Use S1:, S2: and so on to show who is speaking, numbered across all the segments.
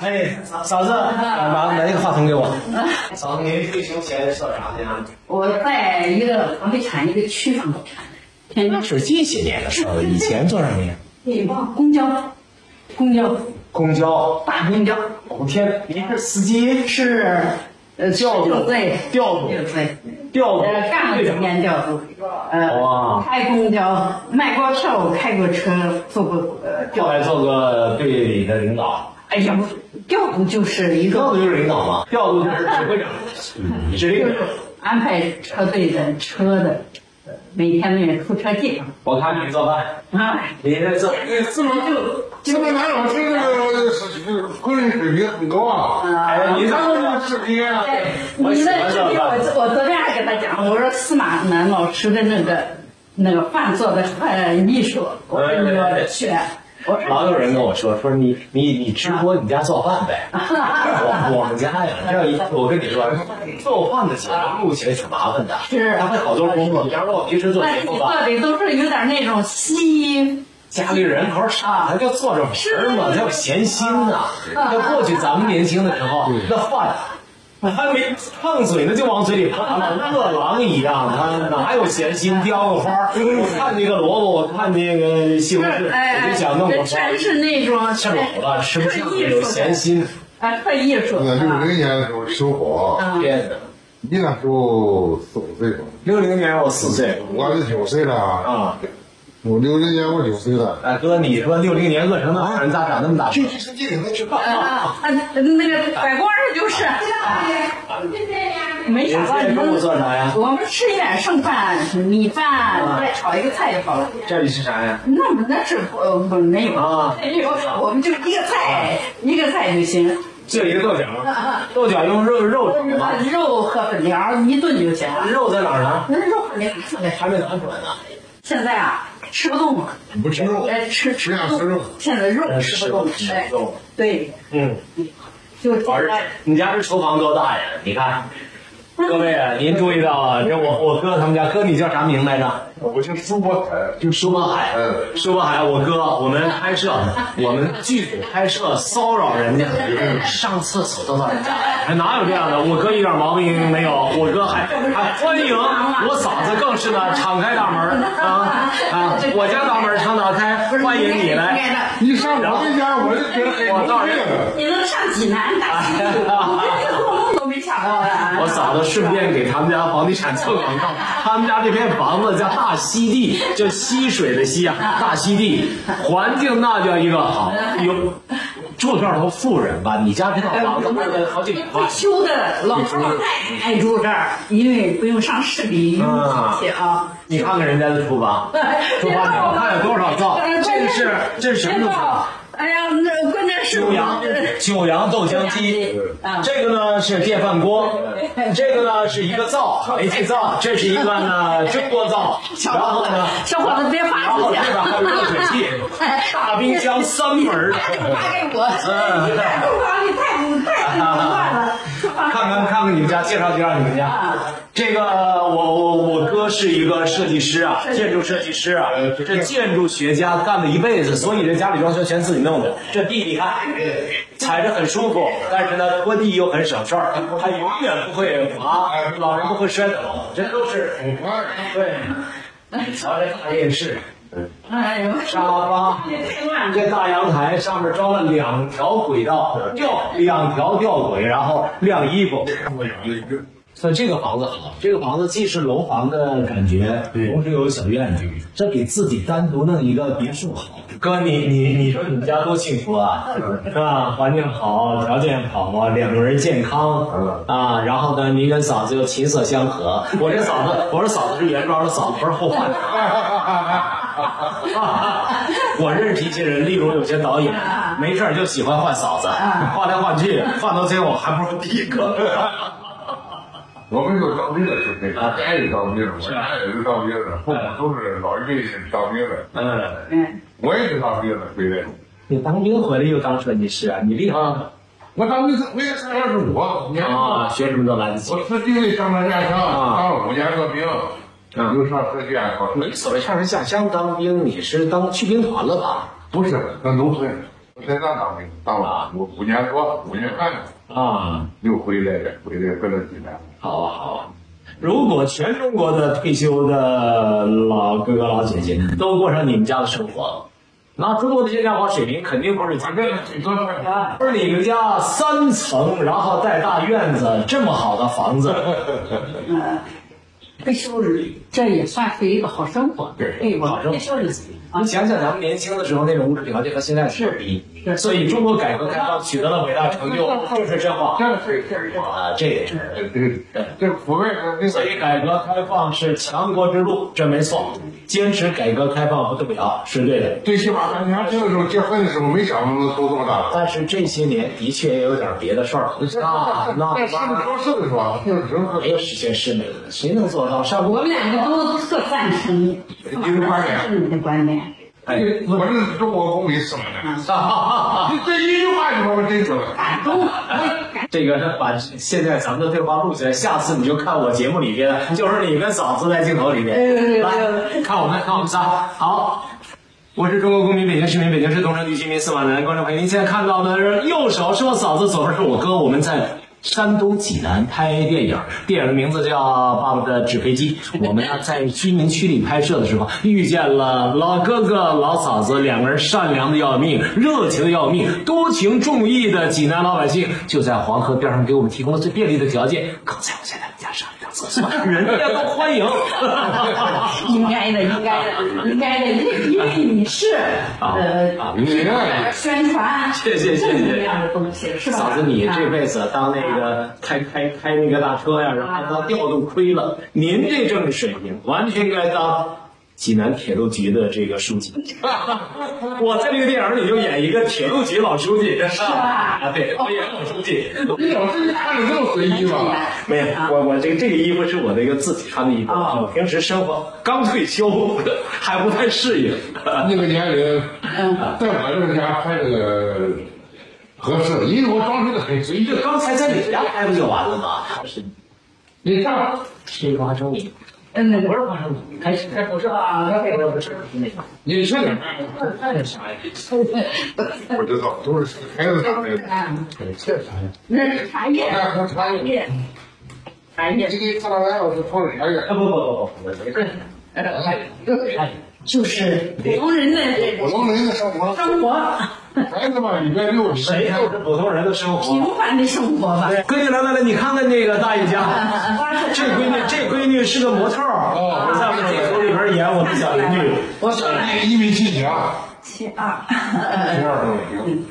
S1: 哎，嫂子，把把那个话筒给我。嫂子，您退休前做啥的呀？
S2: 我在一个房地产一个区房地产，天
S1: 那
S2: 津
S1: 是近些年的事儿了，以前做啥的呀？
S2: 你报公交，公交
S1: 公交。
S2: 大公交
S1: 我天，您是司机？
S2: 是呃
S1: 调度
S2: 六岁
S1: 调度
S2: 六岁，
S1: 调度
S2: 呃干了几年调度，呃
S1: 哇
S2: 开公交卖过票，开过车，做过呃
S1: 后
S2: 调
S1: 来做个队里的领导，
S2: 哎呀不是调度就是一
S1: 调
S2: 个
S1: 度就是领导嘛，调度就是指挥长，指
S2: 就
S1: 令
S2: 是。安排车队的车的，呃每天那个出车记
S1: 我看你做饭，
S2: 啊，
S1: 您在做。
S2: 这么就
S3: 这个男老师这个工人水平很高啊！
S1: 哎，
S3: 你
S1: 您
S3: 看
S1: 看
S3: 看这个视频啊，
S2: 你的视频，我我昨天还跟他讲，我说司马南老师的那个那个饭做的很艺术，我说你我去，我说
S1: 老有人跟我说，说你你你直播你家做 饭呗。我我们家呀，这一我跟你说，做饭的节目录起来挺麻烦的，
S2: 是
S1: 他会好多工作。比方说，我平时做
S2: 但
S1: 节
S2: 是
S1: 目
S2: 你
S1: 吧，
S2: 做的都是有点那种西，
S1: 家里人口少，他就做这门儿嘛，他有闲心
S2: 啊
S1: 呐。那过去咱们年轻的时候，那饭。还没烫嘴呢，就往嘴里扒，饿狼一样，他哪有闲心雕个花儿？我看那个萝卜，我看那个西红柿，我
S2: 哎
S1: 就想弄个
S2: 这
S1: 花儿
S2: 全。是那种
S1: 吃饱了，吃不下
S2: 特
S1: 有
S2: 艺术
S1: 闲心。
S2: 啊，特艺术
S3: 我六零年的时候生火，
S2: 啊，
S1: 天哪！
S3: 你那时候四五岁吧？
S1: 六零年我四岁
S3: 我是九岁了，
S1: 啊，
S3: 我六零年我九岁了。
S1: 大哥，你说六零年饿成那样，人咋长那么大个
S3: 这
S1: 儿？
S3: 一世纪里面吃
S2: 啊
S3: 饭，
S2: 啊，那个拐棍儿就是，没
S1: 您
S2: 啥
S1: 今
S2: 办
S1: 天
S2: 法
S1: 中午。做啥呀？
S2: 我们吃一点剩饭，米饭再炒一个菜就好了。
S1: 这里是啥呀？
S2: 那么那是呃不没有
S1: 啊
S2: 没有，我们就一个菜一个菜就行，
S1: 这一个豆角，豆角用肉肉煮
S2: 把
S1: 吗？
S2: 肉和粉条一炖就行了。
S1: 肉在哪儿呢？
S2: 那肉粉条特别
S1: 还没拿出来呢。
S2: 现在啊吃不动了，
S3: 不吃肉，
S2: 哎吃吃
S3: 不想
S2: 不
S3: 吃肉
S2: 动，现在肉吃不动，
S1: 吃
S2: 哎
S1: 不动
S2: 对，
S1: 嗯，
S2: 就现
S1: 儿
S2: 在，
S1: 你家这厨房多大呀？你看。各位啊，您注意到 啊，这我我哥他们家哥，你叫啥名来着？
S3: 我姓苏国凯，
S1: 就舒马海，
S3: 嗯
S1: 舒马海，我哥，我们拍摄， 我们剧组拍摄骚扰人家，上厕所都到人家，哎哪有这样的？我哥一点毛病没有，我哥还还欢迎，我嫂子更是呢，敞开大门啊啊，我家大门常打开，欢迎你来。
S3: 一上我这家我就觉得
S1: 我
S3: 很
S1: 倒是
S3: 了。
S2: 你能上济南打西楚，这做梦都没想到啊的。
S1: 我嫂子顺便给他们家房地产做广告，他们家这片房子叫大溪地，叫溪水的溪啊，大溪地，环境那叫一个好，有住这儿都富人吧？你家这套房子卖了好几百万
S2: 退，休的老头儿太爱哎住这儿，因为不用上市里用亲戚啊。
S1: 你看看人家的厨房， 厨房你们看有多少灶？这是这是什么东西？
S2: 哎呀，那关键是
S1: 九阳九阳豆浆机，
S2: 啊，
S1: 这个呢是电饭锅，这个呢是一个灶，煤气灶，这是一个呢蒸锅灶，然后呢，
S2: 小伙子别
S1: 然
S2: 发
S1: 后
S2: 出去啊
S1: 这边还有热水器，大冰箱三门 儿嗯
S2: 发给我，你看厨房你太不太不惯了，厨房
S1: 看看看看你们家，介绍介绍你们家。这个我我我哥是一个设计师啊，建筑设计师啊，这建筑学家干了一辈子，所以这家里装修全自己弄的。这地你看，踩着很舒服，但是呢拖地又很省事儿，他永远不会滑，老人不会摔倒，这都是对。瞧这大电视，
S2: 哎呦，
S1: 沙发。
S2: 太乱了。
S1: 这大阳台上面装了两条轨道吊，两条吊轨，然后晾衣服。所以这个房子好，这个房子既是楼房的感觉，同时又有小院子，这比自己单独弄一个别墅好。哥，你你你说你们家多幸福啊， 是吧？环境好，条件好，两个人健康，啊，然后呢，您跟嫂子又琴瑟相和。 我这嫂子，我这嫂子是原装的嫂子，不是后换的。 我认识一些人，例如有些导演，没事儿就喜欢换嫂子，换来换去，换到最后还不如第一个。
S3: 我们有当兵的兄弟，我家也当兵的，我家也是当兵的，父母都是老一辈是当兵的，
S1: 嗯，
S2: 嗯，
S3: 我也是当兵的回来。
S1: 你当兵回来又当设计师啊，你厉害啊！
S3: 我当兵我也才二十五，你看
S1: 啊，学什么都来得及
S3: 我。自己得上山下乡，当了五年个兵，又上科学院考试，
S1: 所谓上山下乡当兵，你是当去兵团了吧？
S3: 不是，那农村，我在那当兵，当了我五年多，五年半了，
S1: 啊，
S3: 又回来了，回来搁这几年。
S1: 好啊好啊。如果全中国的退休的老哥哥老姐姐都过上你们家的生活，那中国的这家伙水平肯定不是咱
S3: 反正挺多的，
S1: 啊，不是你们家三层，然后带大院子，这么好的房子，
S2: 嗯，退休日这也算是一个好生活，
S3: 对
S2: 对
S1: 好
S2: 吧？
S1: 生活
S2: 退休日啊
S1: 你，想想咱们年轻的时候那种物质条件和现在是不一，
S2: 是
S1: 所以中国改革开放取得了伟大成就，就是这话
S3: 这是这是
S1: 啊，这也是。
S3: 这这这国外的那
S1: 所
S3: 个
S1: 以改革开放是强国之路，这没错。坚持改革开放不动摇是对的，
S3: 最起码咱年轻的时候结婚的时候没想到能都这么大。
S1: 但是这些年的确也有点别的事儿啊， 那
S3: 那是不是是的是吧？是是
S1: 没有十全十美的，谁能做到上
S2: 我
S1: 过？
S2: 们两个都特赞成你
S3: 您的观点
S2: 你的观点，
S1: 哎，
S3: 是，我是中国公民什么的。这这一句话你把我逮住了。
S2: 感动，哎感
S1: 这个把现在咱们的对话录起来，下次你就看我节目里边，就是你跟嫂子在镜头里面，来看我们，看我们仨，好。我是中国公民，北京市民，北京市东城区居民司马南观众朋友，您现在看到的是右手是我嫂子，左边是我哥，我们在。山东济南拍电影，电影的名字叫《爸爸的纸飞机》。我们呢在居民区里拍摄的时候，遇见了老哥哥、老嫂子，两个人善良的要命，热情的要命，多情重义的济南老百姓，就在黄河边上给我们提供了最便利的条件。刚才我在他们家上了一趟厕所，人家都欢迎。
S2: 应该的，应该的，应该的，因为你是呃，
S1: 啊，
S3: 你
S2: 在
S3: 看，
S2: 宣传
S1: 谢谢谢谢
S2: 正能量的东西，是吧？
S1: 嫂子，你这辈
S2: 子
S1: 子当那个开开开那个大车呀，然后当调度亏了。您这政治水平，完全该当济南铁路局的这个书 记。我在这个电影里就演一个铁路局老书记，是
S2: 吧
S1: 啊，对，我演老书记。
S3: 你老是看着这么随意吧？
S1: 没有，啊哦我我这个这个衣服是我的一个自己穿的衣服，
S2: 啊
S1: 我平时生活刚退休，还不太适应。
S3: 那个年龄，
S2: 嗯
S3: 在我这个家拍这个合适，因为我装修的很随意。
S1: 刚才在你家拍不就完了吗？
S3: 你看，
S1: 吃花生米，
S2: 嗯，那个
S1: 是花生米，还是
S2: 不是啊，那个
S1: 不是那个。
S3: 你去哪 儿拍？
S1: 看着啥呀？
S3: 不知道，都是孩子上来的。
S2: 嗯，
S3: 这啥呀？
S2: 那是茶叶，
S3: 那和茶
S2: 茶
S3: 叶，
S2: 叶，茶叶，
S3: 这个茶来我是放茶叶。
S1: 啊不不不不，我这
S2: 就是普通人的这
S3: 我
S2: 种
S3: 能人的生活，
S2: 生活，
S3: 孩子嘛，礼拜六
S1: 谁
S3: 呀
S1: 都？是普通人的生活。
S2: 平凡的生活吧。
S1: 哎闺女来来来，你看看那个大 爷家，这闺女这闺女是个模特儿，
S3: 哦
S1: 在我这头里边演我的小邻居。
S2: 我说来
S3: 一米七几啊？
S2: 七二，
S3: 一
S2: 呃
S3: 二多米。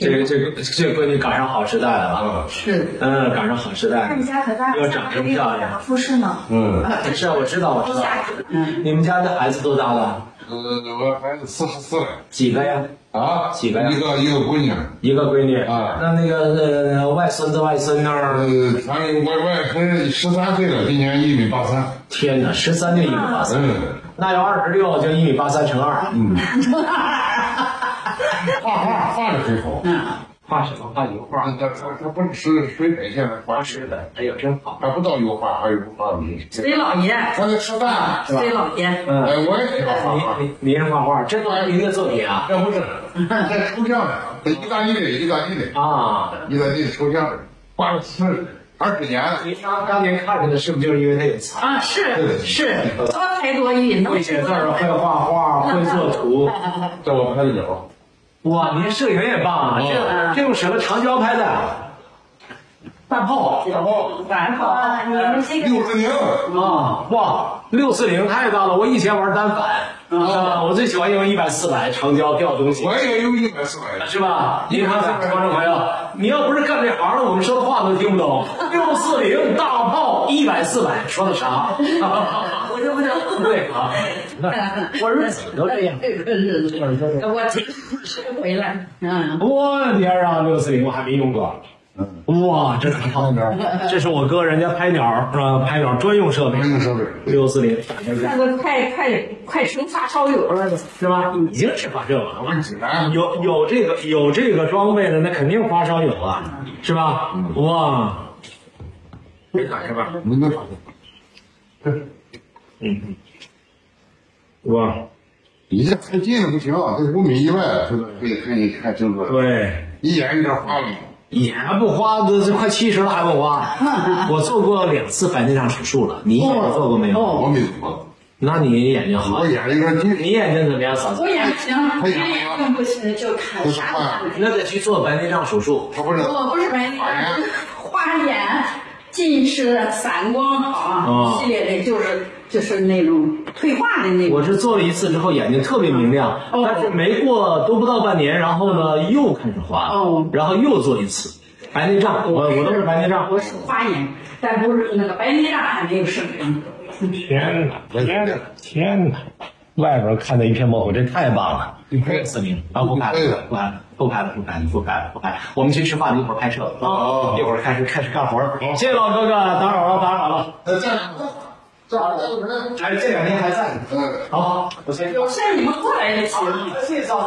S1: 这个这个这闺女赶上好时代了啊！
S2: 是
S1: 嗯，赶上好时代
S4: 看你
S1: 了。
S4: 家可大
S1: 又
S4: 了，
S1: 长
S4: 下
S1: 这么
S4: 面
S1: 漂亮
S4: 两个复式呢。
S3: 嗯，
S1: 没事，我知道，我知道。你们家的孩子多大了？
S3: 呃，我孩子四十四了
S1: 几个呀？
S3: 啊，
S1: 几个呀
S3: 一个一个闺女，
S1: 一个闺女。
S3: 啊
S1: 那那个呃外孙子外孙女儿，
S3: 呃，反正我外孙十三岁了，今年一米八三。
S1: 天哪，十三就一米八
S4: 啊
S1: 三，
S3: 嗯，
S1: 那要二十六就一米八三乘二。
S3: 画画画的很好。
S1: 画什么？画油画。
S3: 他他他不是水彩线的，画
S1: 是的，哎呦，真好。
S3: 还不到油画，还有油画迷。
S2: 崔老爷，
S3: 他在吃饭啊是吧？
S2: 崔老爷，
S1: 嗯
S3: 哎，我也喜欢画画。
S1: 您您您是画画，这都是您的作品啊？
S3: 这不是，这抽象的，这意大利的，意大利的，
S1: 啊，
S3: 意大利的抽象的，画了四二十年了。
S1: 您当当年看上的是不是就是因为他有才？
S2: 啊，是是，多才多艺，能
S1: 会写字儿，会画画，会作 图。
S3: 这我拍的了，
S1: 哇，您摄影也棒啊！
S2: 嗯
S1: 这这用什么长焦拍的？大炮
S3: 然后
S2: 玩好。
S4: 哇，你们这个
S3: 六十零，
S1: 啊！哇，六四零太大了！我以前玩单反，啊，我最喜欢用一百四百长焦吊东西。
S3: 我也有一百四百。
S1: 是吧？您看咱们观众朋友，你要不是干这行的，我们说的话都听不懂。六四零大炮一百四百，说的啥？
S2: 我就不能，
S1: 对啊，我日子都这样。
S2: 这个日子，我这是回来，嗯，
S1: 我的天啊，六四零我还没用过。嗯哇，这大炮 这是我哥人家拍鸟是吧？拍鸟专用设备，
S3: 专用设备
S1: 六四零
S2: 那个快快快成发烧友了，
S1: 是吧？已经是发射了，我
S3: 济南
S1: 有有这个有这个装备的，那肯定发烧友啊，是吧？哇，
S3: 没感
S1: 啊
S3: 觉吧？没没感觉。
S1: 哇，
S3: 离这太近不行，啊这五米以外，对，看你看清楚了，
S1: 对，
S3: 一眼有点花了。
S1: 一眼还不花，这这快七十了还不花。我做过两次白内障手术了，你做过没有？
S3: 我没做过，
S1: 那你眼睛好
S3: 我？眼有点
S1: 你
S3: 低，
S1: 眼睛怎么样，嫂子？
S2: 我眼睛行，
S3: 哎
S2: 我
S3: 呀
S2: 眼睛不行就看啥都看不
S1: 那得去做白内障手术。
S3: 他不是
S2: 我不是白啊内障，花眼、近视、散光
S1: 哦
S2: 好啊系列的，就是就是那种退化的那种。
S1: 我是做了一次之后，眼睛特别明亮，
S2: 哦
S1: 但是没过都不到半年，然后呢又开始花，
S2: 哦
S1: 然后又做一次白内障，我我都是白内障
S2: 我。是花眼，但不是那个白内障还没有生病。
S4: 天哪，天哪，天哪！
S1: 外边看的一片模糊，这太棒了！你拍四零啊，不拍
S3: 对
S1: 了，不拍了，不拍了，不拍了，不拍了，不拍了。我们去吃饭了，一会儿拍摄，
S3: 哦
S1: 一会儿开始开始干活儿。谢谢老哥哥，打扰了，打扰了。
S3: 呃，这样这样这样
S1: 哎，这两天还在呢。
S3: 嗯。
S1: 好，我先。
S2: 有事儿你们过来就行。
S1: 谢谢嫂子。